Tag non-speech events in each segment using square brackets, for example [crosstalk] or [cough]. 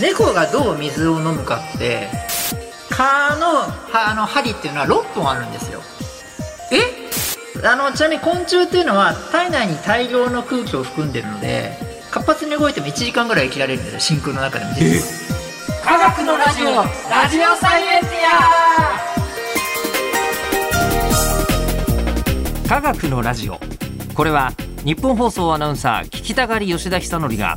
猫がどう水を飲むかって蚊のはあの針っていうのは6本あるんですよえあのちなみに昆虫っていうのは体内に大量の空気を含んでるので活発に動いても1時間ぐらい生きられるんですよ真空の中でも科学のラジオラジオサイエンティ科学のラジオこれは日本放送アナウンサー聞きたがり吉田久典が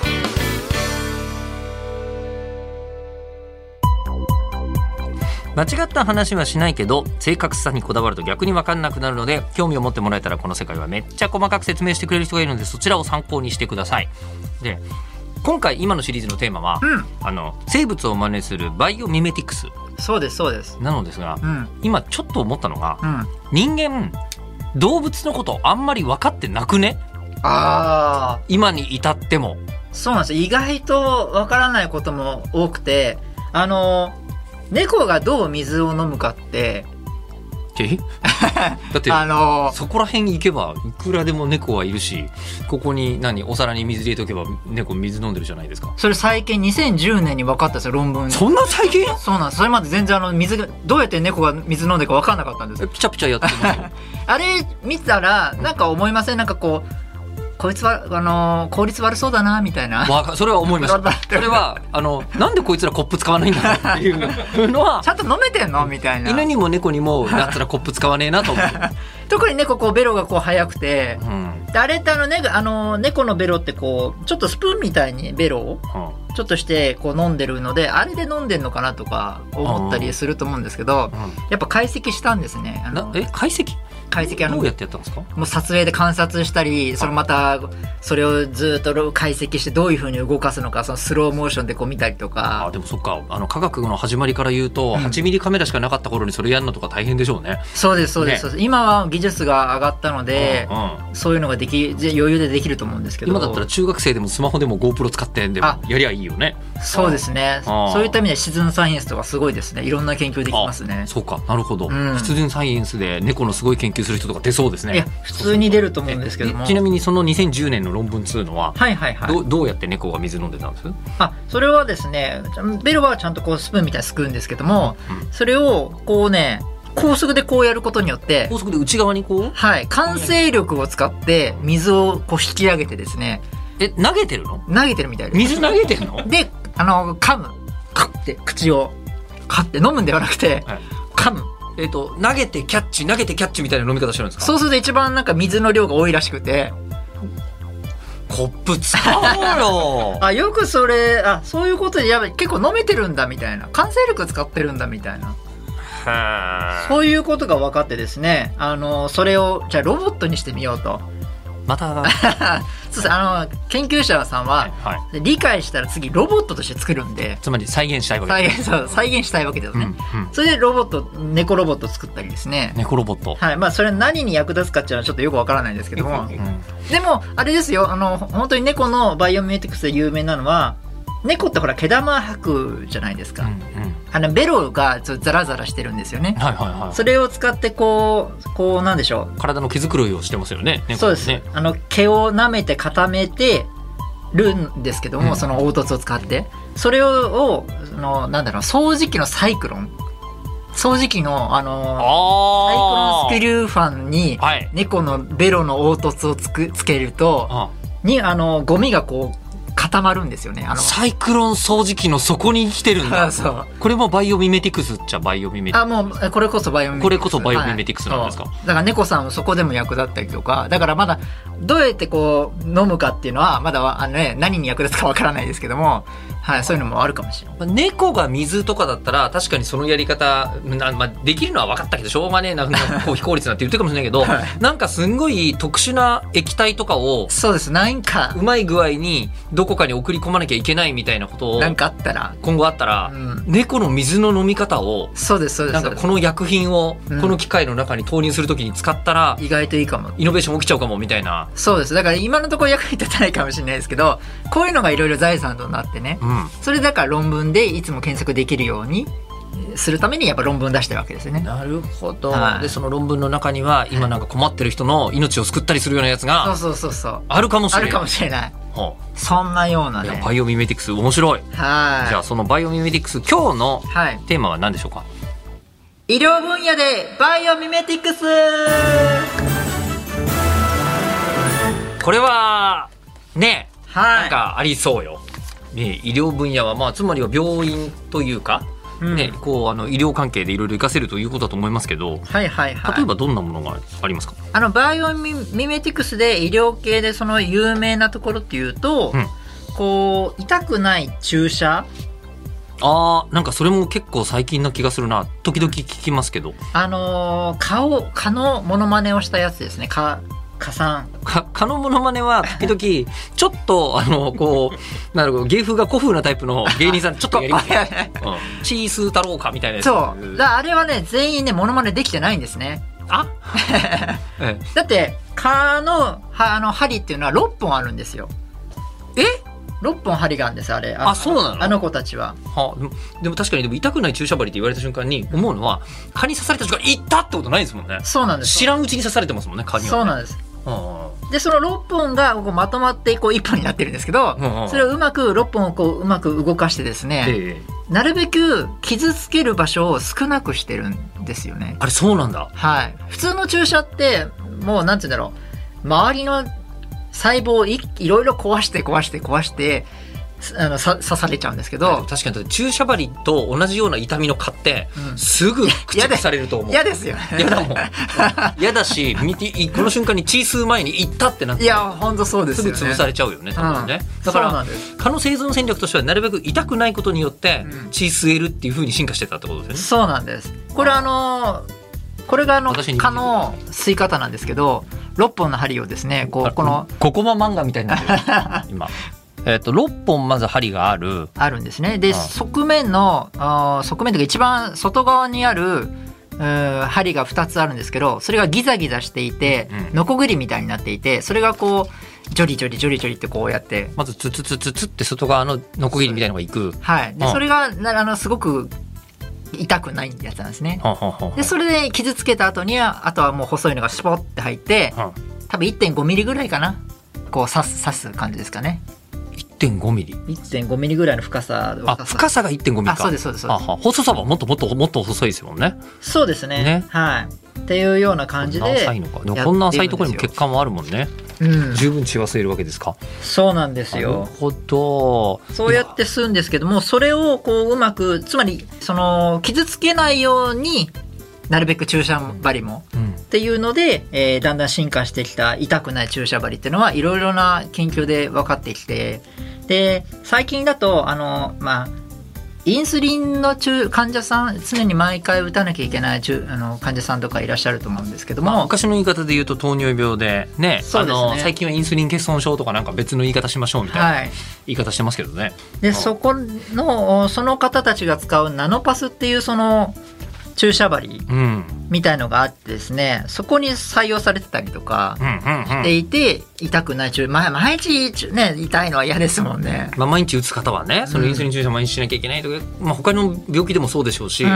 間違った話はしないけど正確さにこだわると逆に分かんなくなるので興味を持ってもらえたらこの世界はめっちゃ細かく説明してくれる人がいるのでそちらを参考にしてください。で今回今のシリーズのテーマは、うんあの生物を真似するバイオミメティクスそうですそうですなのですがうん今ちょっと思ったのがうん人間動物のことあんまり分かってなくねああ今に至っても。そうなんですよ意外とわからないことも多くてあの猫がどう水を飲むかって [laughs] えだってあのそこら辺行けばいくらでも猫はいるしここに何お皿に水入れとけば猫水飲んでるじゃないですかそれ最近2010年に分かったんですよ論文でそんな最近 [laughs] そうなんですそれまで全然あの水がどうやって猫が水飲んでるか分かんなかったんですえよピチャピチャやってますよあれ見たらなんか思いませんなんかこうこいつはあの効率悪そうだなみたいなわかそれは思いま [laughs] しわかたっそれはあのなんでこいつらコップ使わないんだろうっていうの [laughs] はちゃんと飲めてんのみたいな [laughs] 犬にも猫にもやつらコップ使わねえなと思う、特に猫こうベロがこう速くてうんであれってあの,、ね、あの猫のベロってこうちょっとスプーンみたいにベロをちょっとしてこう飲んでるのであれで飲んでんのかなとか思ったりすると思うんですけどうやっぱ解析したんですねあん、なのえ解析解析あどのうやってやったんですかもう撮影で観察したりそれまたそれをずっと解析してどういうふうに動かすのかそのスローモーションでこう見たりとあかでもそっかあの科学の始まりから言うと、うん8ミリカメラしかなかった頃にそれやるのとか大変でしょうね。そうですそうです、ねそうです今は技術が上がったのでうんうんそういうのができ余裕でできると思うんですけど今だったら中学生でもスマホでも GoPro 使ってでもあやりゃいいよね。そうですねあーそういった意味でシズンサイエンスとかすごいですねいろんな研究できますねそうか、なるほど。うん必然サイエンスで猫のすごい研究する人とか出そうですね。いや普通に出ると思うんですけどもえちなみにその2010年の論文2のは、はいはいはいどうどうやって猫が水飲んでたんです？あそれはですねベロはちゃんとこうスプーンみたいにすくうんですけども、うんそれをこうね高速でこうやることによって高速で内側にこうはい完成力を使って水をこう引き上げてですねえ投げてるの？投げてるみたいです水投げて [laughs] るの？であの噛むカッて口をカッて飲むんではなくてはい噛むえっと投げてキャッチ投げてキャッチみたいな飲み方してるんですか？そうすると一番なんか水の量が多いらしくてコップ使おうよ。あよくそれあそういうことでやばい結構飲めてるんだみたいな完成力使ってるんだみたいな [laughs] はあそういうことが分かってですね、あの、それを、じゃあロボットにしてみようと。 [laughs] またそうですあの、研究者さんは、はい。で理解したら次ロボットとして作るんで、つまり再現したいわけ再です。現、そう再現したいわけですね。うんうん。それでロボット、猫ロボット作ったりですね。猫ロボット。はい。まあ、それ何に役立つかっていうのはちょっとよくわからないんですけども。うんでも、あれですよ、あの、本当に猫のバイオミューティクスで有名なのは、猫ってほら、毛玉吐くじゃないですうんか。うんあの、ベロがちょっとザラザラしてるんですよね。はいはいはい。それを使ってこう、こう、なんでしょう。体の毛づくろいをしてますよね。猫ねそうです、あの毛を舐めて固めてるんですけども、うんその凹凸を使ってそれをそのなんだろう掃除機のサイクロン掃除機のあのサイクロあンあ。スクリューファンにはい。猫のベロの凹凸をつくつけるとあにあのゴミがこう固まるんですよねあのサイクロン掃除機の底に来てるん [laughs] だ。そうこれもバイオミメティクスっちゃバイオミメティクあもうこれこそバイオミメティクスこれこそバイオミメティクスなんですかはいそうだから猫さんもそこでも役立ったりとかだからまだどうやってこう飲むかっていうのはまだはあの、ね、何に役立つかわからないですけども、はい、そういうのもあるかもしれないス。猫が水とかだったら確かにそのやり方な、まあ、できるのは分かったけどしょうがねえななんかこう非効率なって言ってるかもしれないけど、はなんかすんごい特殊な液体とかをそうですなんかうまい具合にどこかに送り込まなきゃいけないみたいなことをなんかあったら、今後あったら、うん、猫の水の飲み方をそうですそうでなすんそうかですこの薬品をうんこの機械の中に投入するときに使ったら意外といいかもイノベーション起きちゃうかもみたいな、そうですだから今のところ役に立たないかもしれないですけどこういうのがいろいろ財産となってねうそれだから論文でいつも検索できるようにえーするためにやっぱ論文出してるわけですよん、ねなるほど、はいでその論文の中には今なんか困ってる人の命を救ったりするようなやつそうがそうそうそうあるかもしあれなるいかもしれないほそんなようなういやねバイオミメティクス面白い、じゃはあそのバイオミメティクス今日のいはいテーマは何でしょうか医療分野でバイオミメティクスこれはねはなんいかありそうよ、ね、医療分野はまあつまりは病院というか、うんね、こうあの医療関係でいろいろ活かせるということだと思いますけどはいはいはい例えばどんなものがありますか、あのバイオミミメティクスで医療系でその有名なところっていうと、うんこう痛くない注射あーなんかそれも結構最近な気がするな時々聞きますけどあのー顔蚊のモノマネをしたやつですね蚊蚊さんか蚊のモノマネは時々ちょっとあのこうなるほど芸風が古風なタイプの芸人さんちょっとや [laughs] りますよ、 [laughs] うん、チースー太郎かみたいなやつそうだあれはね全員ねモノマネできてないんですね [laughs] あ、ええだって蚊のはあの針っていうのは6本あるんですよえ6本針があるんですあれあそうなのあの子たちははでもでも確かにでも痛くない注射針って言われた瞬間に思うのは蚊に刺された瞬間痛ったってことないですもんねそうなんです知らんうちに刺されてますもんね蚊にはそうねなんですうんでその6本がこうまとまってこう1本になってるんですけど、うんうんそれをうまく6本をこううまく動かしてですね、ええなるべく傷つける場所を少なくしてるんですよね。あれそうなんだはい。普通の注射って、もうなんて言うんだろう、周りの細胞をいいろいろ壊して壊して壊して、すあのさ刺されちゃうんですけど、確かにだって注射針と同じような痛みの蚊ってうんすぐ駆逐されると思う嫌ですよね。嫌だもん嫌だし見ていこの瞬間に血吸う前に行ったってなっていや、ほんとそうですすぐよね。潰されちゃうよね多分ね、うんそだかうならんです蚊の生存戦略としてはなるべく痛くないことによってうん血吸えるっていう風に進化してたってことですそうなんです。これあのーこれがあの私に蚊の吸い方なんですけど、6本の針をですね、よこねうこのここま漫画みたいにな [laughs] ってる今えっ、と6本まず針があるあるんですね。で、ああ側面のあー側面というか一番外側にあるうー針が2つあるんですけど、それがギザギザしていてうんう、んノコギリみたいになっていて、それがこうジョリジョリジョリジョリってこうやって。まずツツツツツって外側のノコギリみたいなのがいくはい。で、ああそれがなあのすごく痛くないやつなんですね。はんはんはんはんで、それで傷つけた後には、あとはもう細いのがスポッて入って、はん多分1.5ミリぐらいかな。こう刺す刺す感じですかね。 1.5ミリ1.5ミリぐらいの深さをあ深さが1.5ミリかあそうですそうですそうはでんはん細さはもっともっともっと細いですもんねす。そうですね。ねはい。っていうような感じで。こんな浅いのかでもこんな浅いところにもやってるんですよ血管もあるもんねうん、十分血は吸えるわけですかそうなんですなるよ。ほどそうやって吸うんですけども、それをこううまく、つまり、その、傷つけないように、なるべく注射針も。いやうんっていうので、えーだんだん進化してきた痛くない注射針っていうのはいろいろな研究で分かってきて、で、最近だと、あの、まあ、インスリンの注患者さん、常に毎回打たなきゃいけない注あの患者さんとかいらっしゃると思うんですけども、昔の言い方で言うと糖尿病でねそうですねあの最近はインスリン欠損症とかなんか別の言い方しましょうみたいなはい。言い方してますけどね、うでんそこのおその方たちが使うナノパスっていうその注射針うん、うんみたいのがあってですねそこに採用されてたりとかうんうしんていて痛くない注まあ毎日注ね痛いのは嫌ですもんね。まあ、毎日打つ方はねそのインスリン注射毎日しなきゃいけないとか、まあ、他の病気でもそうでしょうし、うん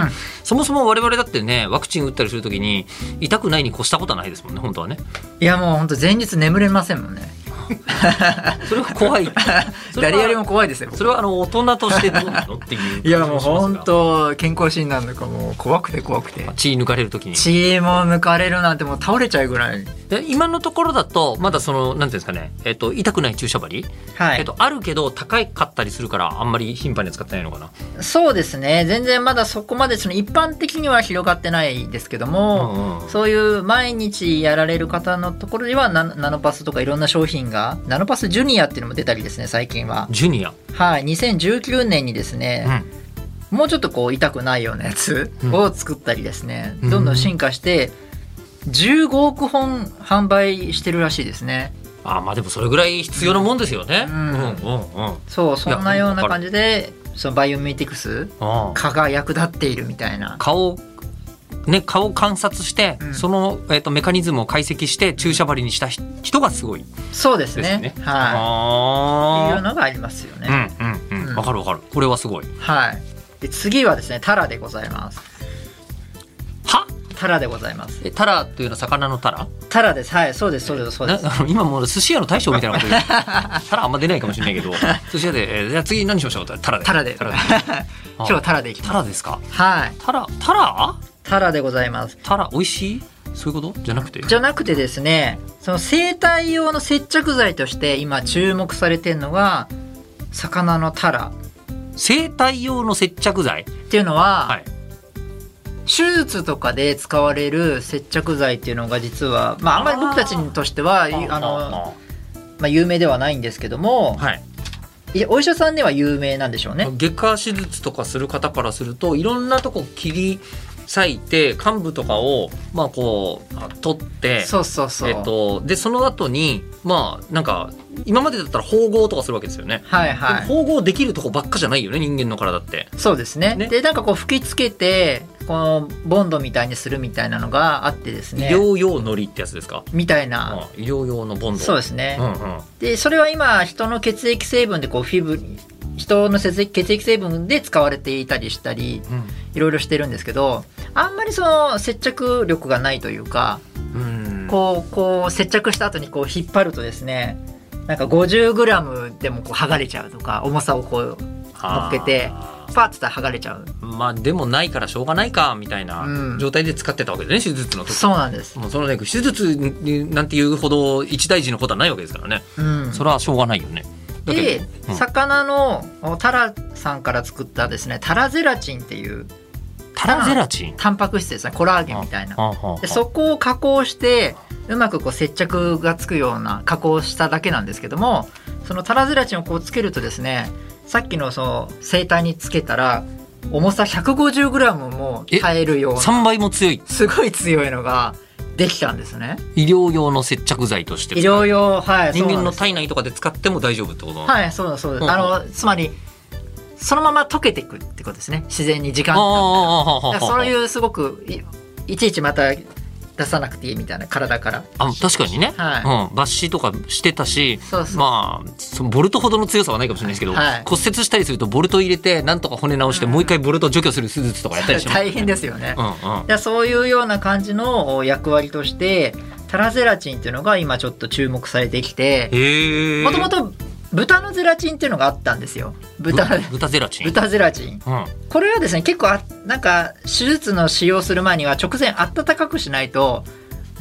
そもそも我々だってねワクチン打ったりするときに痛くないに越したことはないですもんね本当はねいやもうほんと前日眠れませんもんね。それは [laughs] 怖いそれは誰よりも怖いですよ。それはあの大人としてどうなのっていういやもうほん当と健康診断とかもう怖くて怖くて。血抜かれるときに血も抜かれるなんてもう倒れちゃうぐらい。で今のところだとまだそのなんていうんですかね、えっと痛くない注射針、はえっとあるけど高かったりするからあんまり頻繁には使ってないのかな、そうですね全然まだそこまでその一般的には広がってないですけども、うんうんそういう毎日やられる方のところではナナノパスとかいろんな商品がナノパスジュニアっていうのも出たりですね最近はジュニア、はい2019年にですね、もうちょっとこう痛くないようなやつうんを作ったりですね、うんどんどん進化して15億本販売してるらしいですねあまあでもそれぐらい必要なもんですよね。ううんんうんうん。うんそうそんなよういやなわか感じでそのバイオミーティクス蚊が役立っているみたいな顔をね顔を観察して、うんそのえっ、とメカニズムを解析して注射針にしたひ人がすごい。そうですねはいっていですうあのがありますよね、あ。うんうんうう。んんわかるわかる。これはすごい。はいで次はですねタラでございますは？タラでございますえタラというのは魚のタラ？タラですはいそうですそうですそうでなすあの今もう寿司屋の大将みたいなこと言う [laughs] タラあんま出ないかもしれないけど寿司屋で、えーじゃあ次何しましょうタラでタラで [laughs] 今日はタラでいきタまラすですかはいタラタラタラでございますタラ美味しいそういうことじゃなくてじゃなくてですねその生態用の接着剤として今注目されてるのが魚のタラ生体用の接着剤っていうのは、はい手術とかで使われる接着剤っていうのが実は、まあ、あんまり僕たちにとしてはあのまあ、有名ではないんですけども、はいいお医者さんでは有名なんでしょうね。外科手術とかする方からするといろんなとこ切り裂いて幹部とかをまあこうあ取ってそうそうそう。えっと、でその後にまあなんか今までだったら縫合とかするわけですよねはいはい。縫合できるとこばっかじゃないよね人間の体ってそうですねねでなんかこう吹きつけてこのボンドみたいにするみたいなのがあってです医ね療用のりってやつですか、みたいな、うん医療用のボンドそうですね。うんうんでそれは今人の血液成分でこうフィブ人の血液血液成分で使われていたりしたりいろいろしてるんですけどあんまりその接着力がないというかうんうんこうこう接着した後にこう引っ張るとですねなんか 50g でもこう剥がれちゃうとか重さをこう乗っけてあパッつったら剥がれちゃうーまあでもないからしょうがないかみたいなうん状態で使ってたわけですね手術の時そうなんです、もうそのね手術になんていうほど一大事のことはないわけですからね、うん、それはしょうがないよねだけでど、うん魚のおタラさんから作ったですねタラゼラチンっていうタラゼラチンタンパク質ですねコラーゲンみたいなはあはあでそこを加工してうまくこう接着がつくような加工をしただけなんですけどもそのタラゼラチンをこうつけるとですねさっきのその生体につけたら重さ 150g も耐えるような3倍も強いすごい強いのができたんですね医療用の接着剤として医療用はい人間のそう体内とかで使っても大丈夫ってことなのなんですはいそうですそうです、うんあのつまりそのまま溶けていくってことですね自然に時間あがああああああああそういうすごくいいちいちまた出さなくていいみたいな体からあ確かにね、はうん、抜歯とかしてたしそうそうまあそのボルトほどの強さはないかもしれないですけど、はい骨折したりするとボルト入れてなんとか骨直して、うんもう一回ボルト除去する手術とかやったりしてま [laughs] す大変ですよね、うんいうんやそういうような感じの役割としてタラゼラチンっていうのが今ちょっと注目されてきてへえもともと豚のゼラチンっていうのがあったんですよ豚豚豚ゼラチン、豚ゼラチンうん、これはですね結構あなんか手術の使用する前には直前温かくしないと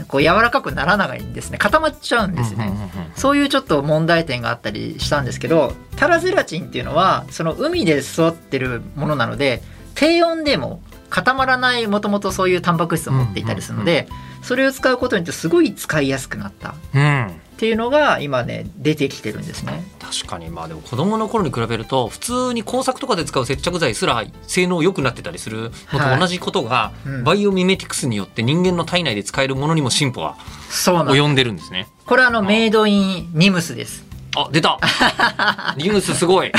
こう柔らかくならないんですね固まっちゃうんですね、うんうんうんうんそういうちょっと問題点があったりしたんですけどタラゼラチンっていうのはその海で育ってるものなので低温でも固まらないもともとそういうタンパク質を持っていたりするので、それを使うことによってすごい使いやすくなったっうんていうのが今ね出てきてるんですね。確かにまあでも子供の頃に比べると普通に工作とかで使う接着剤すら性能良くなってたりするのと同じことが、うんバイオミメティクスによって人間の体内で使えるものにも進歩はそうなんです及んでるんですね。これはあのメイドインニムスです。あ [laughs] 出たニムスすごい、うん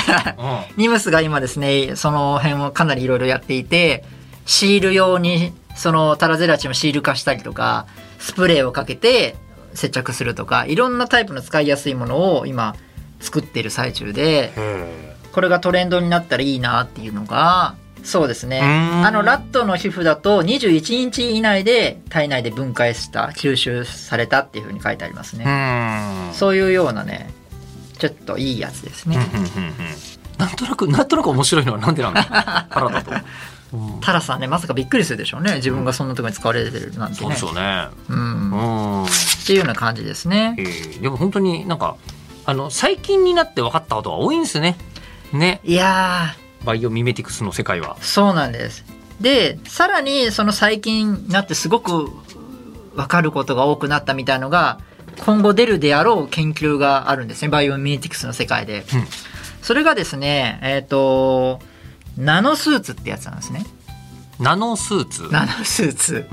ニムスが今ですねその辺をかなりいろいろやっていてシール用にそのタラゼラチンをシール化したりとかスプレーをかけて接着するとかいろんなタイプの使いやすいものを今作ってる最中でこれがトレンドになったらいいなっていうのがそうですねうーんあのラットの皮膚だと21日以内で体内で分解した吸収されたっていうふうに書いてありますうね、んそういうようなねちょっといいやつですね、うんうんうんうんなんとなくなんとなく面白いのはなんでなんだ腹だと、 [laughs] うんタラさんねまさかびっくりするでしょうね自分がそんなところに使われてるなんてそうねでしょうねうん、うっんていうような感じですねえーでも本当になんかあの最近になって分かったことが多いんですねねいやバイオミメティクスの世界はーそうなんですでさらにその最近になってすごく分かることが多くなったみたいのが今後出るであろう研究があるんですねバイオミメティクスの世界で、うんそれがですねえっ、とナノスーツってやつなんですねナノスーツうんちナノスーツ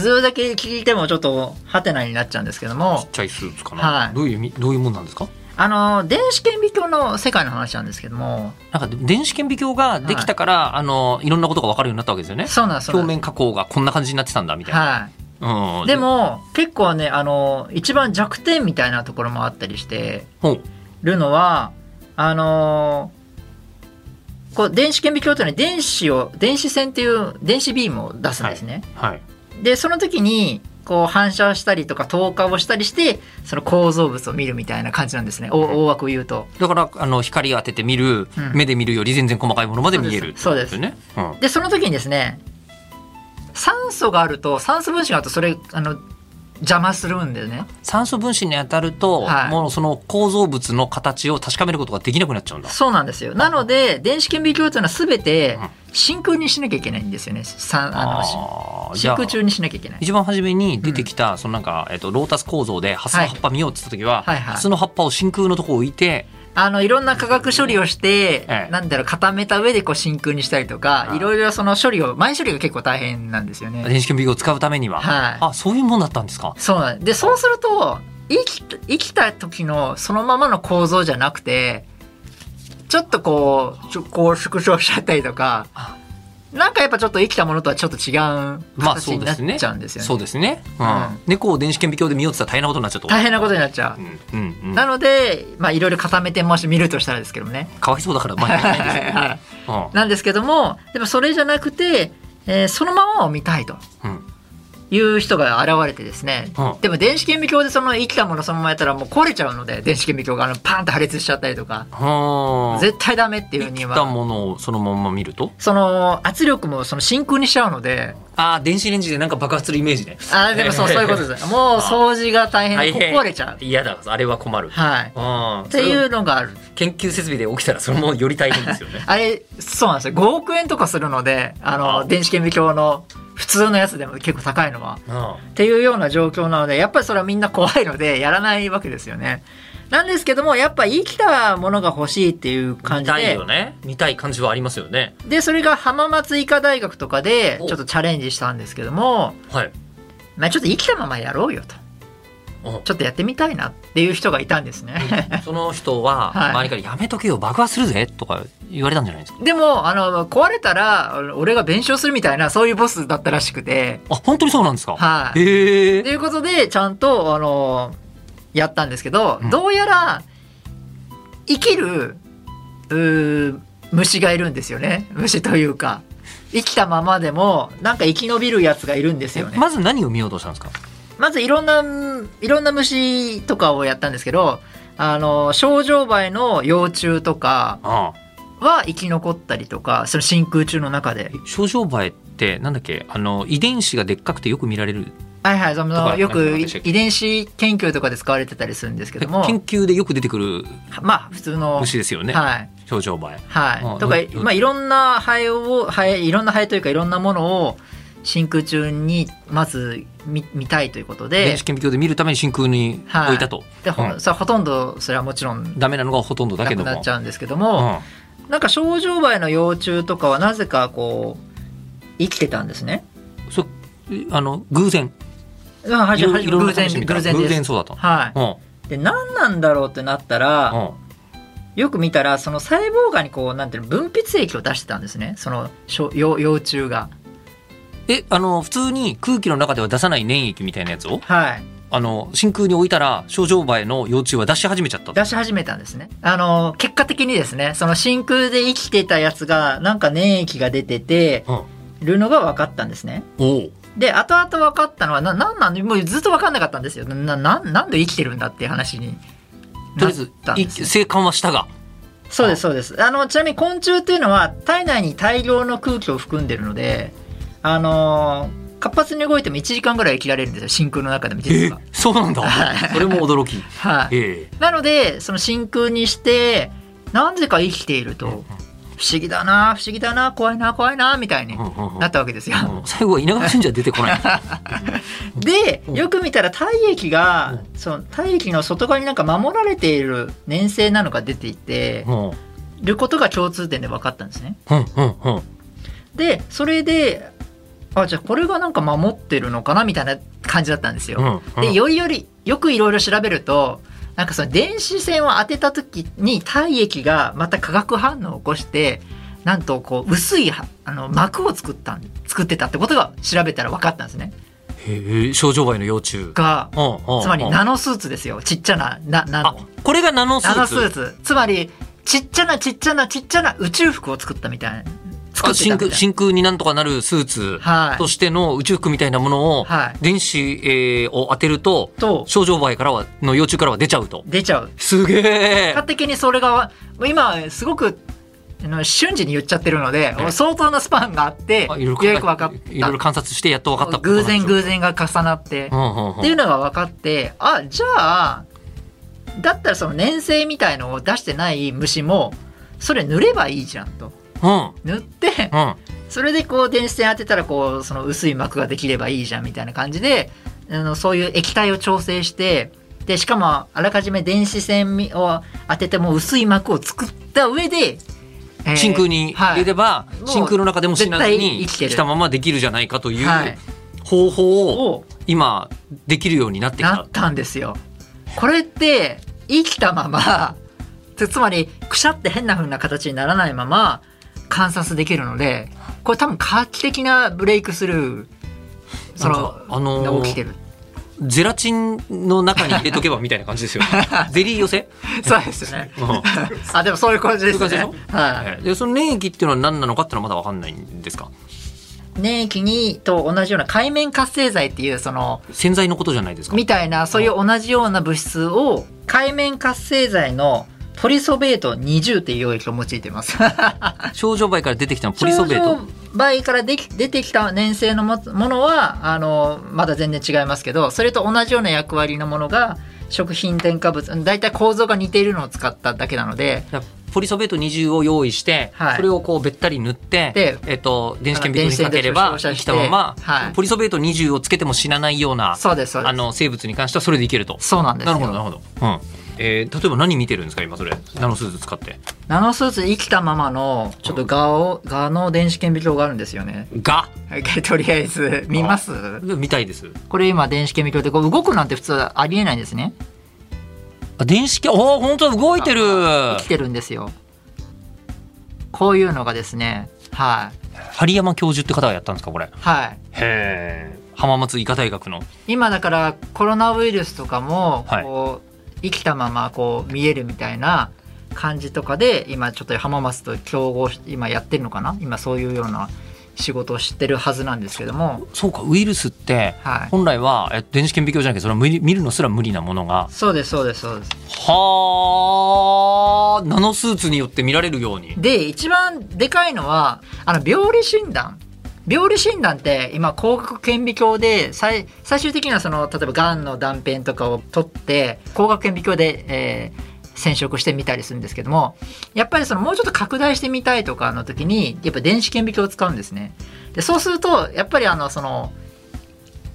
それだけ聞いてもちょっとハテナになっちゃうんですけどもっちゃいスーツかな、はいどういう意味どういうもんなんですかあの電子顕微鏡の世界の話なんですけどもなんかで電子顕微鏡ができたから、い、あのいろんなことが分かるようになったわけですよねそうなんですそう表なんで面加工がこんな感じになってたんだみすたいはいな、うん、でも結構ねあの一番弱点みたいなところもあったりしてほうるのはあのーこう電子顕微鏡というのは電子を電子線っていう電子ビームを出すんですね。はいでその時にこう反射したりとか透過をしたりしてその構造物を見るみたいな感じなんですねお大枠を言うと。だからあの光当てて見る、うん目で見るより全然細かいものまで見えるそうですってことね、でその時にですね酸素があると酸素分子があるとそれあの邪魔するんだよね。うん、酸素分子に当たると、はいもうその構造物の形を確かめることができなくなっちゃうんだそうなんですよ。なので電子顕微鏡というのは全てうん真空にしなきゃいけないんですよね。酸あのあーじゃ真あ空中にしなきゃいけない。一番初めに出てきた、そのなんか、えっと、ロータス構造でハスの葉っぱ見ようって言った時は、はいはいはいハスの葉っぱを真空のとこ置いてあのいろんな化学処理をして、ええなんだろう固めた上でこう真空にしたりとか、はいいろいろその処理を前処理が結構大変なんですよね。電子顕微鏡を使うためには、はいあそういうもんだったんですかそうなんでそうすると生きた生きた時のそのままの構造じゃなくてちょっとこうちょこう縮小しちゃったりとかあなんかやっぱちょっと生きたものとはちょっと違うまあ形そうにでなっすねちゃうんですよね。そうですね、ううんん、猫を電子顕微鏡で見ようって言ったら大変なことになっちゃうと大変なことになっちゃう。うんうんうん、なので、まあ、いろいろ固めてもし見るとしたらですけどもね。かわいそうだからまあやらないですけはいど、うんなんですけどもでもそれじゃなくて、えーそのままを見たいとうんいう人が現れてですね、うんでも電子顕微鏡でその生きたものそのままやったらもう壊れちゃうので電子顕微鏡があのパーンと破裂しちゃったりとかはあ絶対ダメっていうに生きたはものをそのまんま見るとその圧力もその真空にしちゃうのでああ電子レンジでなんか爆発するイメージねあーでもそうそういうことですもう掃除が大変大変壊れちゃう嫌だあれは困る、はいああっていうのがある研究設備で起きたらそれもより大変ですよねあれそうなんですよ5億円とかするのであのあ電子顕微鏡の普通のやつでも結構高いのはあっていうような状況なのでやっぱりそれはみんな怖いのでやらないわけですよね。なんですけどもやっぱ生きたものが欲しいっていうあ感見じたいで、よね見たい感じはありますよねでそれが浜松医科大学とかでおちょっとチャレンジしたんですけども、はいまあ、ちょっと生きたままやろうよとおちょっとやってみたいなっていう人がいたんですね。 [laughs] その人ははい周りから「やめとけよ爆破するぜ」とか言われたんじゃないですか [laughs] でもあの壊れたら俺が弁償するみたいなそういうボスだったらしくて。あ本当にそうなんですかはい、へとえいうことでちゃんとあのやったんですけど、うんどうやら生きるうー虫がいるんですよね虫というか生きたままでもなんか生き延びるやつがいるんですよね。まず何を見ようとしたんですかまずいろんないろんな虫とかをやったんですけどあの症状梅の幼虫とかああは生き残ったりとかその真空中の中で。症状映えってなんだっけあの遺伝子がでっかくてよく見られるはいはいそとのかよなんくかい私遺伝子研究とかで使われてたりするんですけ研ども究でよく出てくるまあ普通の。虫ですよねはい症状映えはあい、とかよよまあ、いろんなハエをハエいろんなハエというかいろんなものを真空中にまず見見たいということで電子顕微鏡で見るために真空に置いたと、でほ,、うんそれはほとんどそれはもちろんダメなのがほとんどだなけくどもなっちゃうんですけどうも、んなんか症状梅の幼虫とかはなぜかこう生きてたんですね。そあの偶然うんはいじろはいいろん偶な然試してみた偶ら然偶です然。そうだと、はうんい、で何なんだろうってなったらうんよく見たらその細胞がにこうなんていうの分泌液を出してたんですねそのしょ幼幼虫が。えあの普通に空気の中では出さない粘液みたいなやつをはい、あの真空に置いたら症状映えの幼虫は出し始めちゃったと出し始めたんですね。あの、結果的にですね、その真空で生きてたやつが、なんか粘液が出ててうんるのが分かったんですね。おうで、後々分かったのは、な、なんなんで、もうずっと分かんなかったんですよ。な、な、なんで生きてるんだっていう話に。とりあえずたんですい生還はしたがそうです、そうです。あの、ちなみに昆虫っていうのは、体内に大量の空気を含んでるので、あの活発に動いても1時間ぐらい生きられるんですよ、真空の中でもえ実は。そうなんだはいそれも驚きはい。ええなのでその真空にして何故か生きているとうんうん不思議だな不思議だな怖いな怖いなみたいにうんうんうんなったわけですよ。うん最後は稲川淳二は出てこないでうんよく見たら体液がその体液の外側になんか守られている粘性なのが出ていてうんることが共通点で分かったんですね。うんうんうんでそれであじゃあこれがなんか守ってるのかなみたいな感じだったんですよ。うんでよりよりよくいろいろ調べるとなんかその電子線を当てた時に体液がまた化学反応を起こしてなんとこう薄いはあの膜を作ったん作ってたってことが調べたら分かったんですね。へえ症状外の幼虫がつつまりナノスーツですよちっちゃななナあノこれがナノスナーノスーツツつまりちっちゃなちっちゃなちっちゃな宇宙服を作ったみたいな作あってた真みたい空な。真空になんとかなるスーツはいとしての宇宙服みたいなものをはい電子、えーを当てるとと症状媒からはの幼虫からは出ちゃうと出ちゃうすげえ結果的にそれが今すごくあの瞬時に言っちゃってるのでええ相当なスパンがあってよあうやく分かっいろいろた観察してやっと分かった偶然然偶然が重なってうんうんうんっていうのが分かってあじゃあだったらその粘性みたいのを出してない虫もそれ塗ればいいじゃんとうん塗ってうんそれでこう電子線当てたらこうその薄い膜ができればいいじゃんみたいな感じであのそういう液体を調整してでしかもあらかじめ電子線を当てても薄い膜を作った上で、えー真空に入れれば、いもう真空の中でも死なずに絶対生きて生るきたままできるじゃないかといはうい方法をを今できるようになってきなたったんですよ。これって生きたままつつまりくしゃって変な風な形にならないまま観察できるのでこれ多分画期的なブレイクスルーそなんのか、あのーが起き [laughs] てるゼラチンの中に入れとけばみたいな感じ [laughs] ですよねゼリー寄せ、そうですねうん [laughs] あでもそういう感じですそういねう感じで。はい。でその粘液っていうのは何なのかっていうのはまだ分かんないんですか粘液にと同じような界面活性剤っていうその洗剤のことじゃないですかみたいなそういう同じような物質を界面活性剤のトリソベート20っていう溶液を用いてます。 [laughs] 症状媒から出てきたのはポリソベート倍からでき出てきた粘性のもものはあのまだ全然違いますけどそれと同じような役割のものが食品添加物大体構造が似ているのを使っただけなのでだからポリソベート20を用意して、はいそれをこうべったり塗ってで、えっと、電子顕微鏡にかけれあのば電子生顕微鏡で照射きしたてまま、はいポリソベート20をつけても死なないようなそうですそうであすの生物に関してはそれでいけると。そうなんですよなるほどなるほど。うん。えー例えば何見てるんですか今それナノスーツ使って。ナノスーツ生きたままのちょっと画を画の電子顕微鏡があるんですよね。がはいとりあえず見ますみたいです。これ今電子顕微鏡でこう動くなんて普通はありえないんですね。あ電子系おお本当だ動いてる。生きてるんですよ。こういうのがですねはい針山教授って方がやったんですかこれ。へはい。え。浜松医科大学の。今だからコロナウイルスとかもはいこう生きたままこう見えるみたいな感じとかで今ちょっと浜松と競合し今やってるのかな今そういうような仕事をしてるはずなんですけどもそうかウイルスって。はい本来はえっと電子顕微鏡じゃなくてそれは無理見るのすら無理なものがそうですそうですそうですはあナノスーツによって見られるようにで一番でかいのはあの病理診断病理診断って今光学顕微鏡で最最終的にはその例えばがんの断片とかを取って光学顕微鏡で、えー染色してみたりするんですけどもやっぱりそのもうちょっと拡大してみたいとかの時にやっぱ電子顕微鏡を使うんですね。でそうするとやっぱりあのその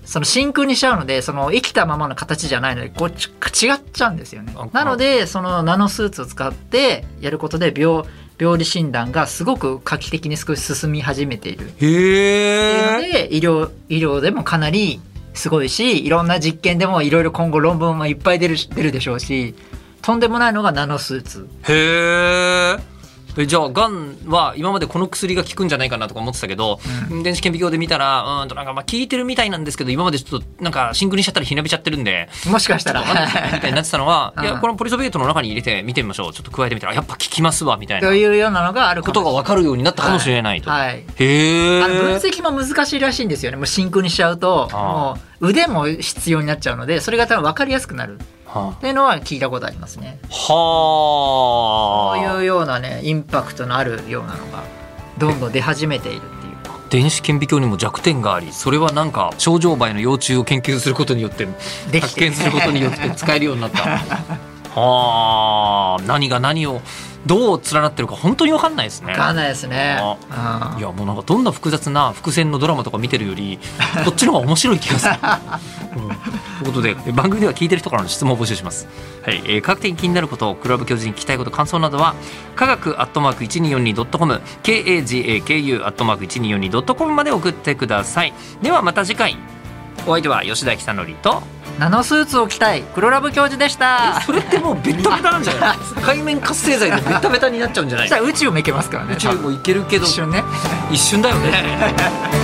その真空にしちゃうのでその生きたままの形じゃないのでこうち違っちゃうんですよねあ。なのでそのナノスーツを使ってやることで病病理診断がすごく画期的に少し進み始めているっていうのへえで医療医療でもかなりすごいしいろんな実験でもいろいろ今後論文もいっぱい出るし出るでしょうしとんでもないのがナノスーツ。へえじゃあがんは今までこの薬が効くんじゃないかなとか思ってたけど、電子顕微鏡で見たらうんとなんかまあ効いてるみたいなんですけど今までちょっとなんか真空にしちゃったりひなびちゃってる [laughs] んでもしかしたら [laughs] わかんないみたいになってたのは、 [laughs] うんいやこのポリソベートの中に入れて見てみましょうちょっと加えてみたらやっぱ効きますわみたいなというようなのがあるかこもとが分かるようになったかもしれないと。はい、へあの分え析も難しいらしいんですよねもう真空にしちゃうとあもう腕も必要になっちゃうのでそれが多分分かりやすくなるっはていうのは聞いたことありますねこうあいうようなねインパクトのあるようなのがどんどん出始めているっていう電子顕微鏡にも弱点がありそれはなんか症状媒の幼虫を研究することによってでき発てる [laughs] 見することによって使えるようになったはあ何が何をどう連なってるか本当に分かんないですねわかんないですねあうんいやもうなんかどんな複雑な伏線のドラマとか見てるよ [laughs] りこっちの方が面白い気がする。うんということで番組では聞いてる人からの質問を募集します。はい、えー、各点気になること、クラブ教授に聞きたいこと、感想などは科学アットマーク一二四二ドットコム、k a g a k u アットマーク一二四二ドットコムまで送ってください。ではまた次回。お相手は吉田久典と。ナノスーツを着たい黒ラブ教授でしたそれってもうベタベタなんじゃない？ [laughs] 海面活性剤でベ [laughs] タベタになっちゃうんじゃなそいし？たら宇宙も行けますからね宇宙もいけるけど一瞬ね一瞬だよね。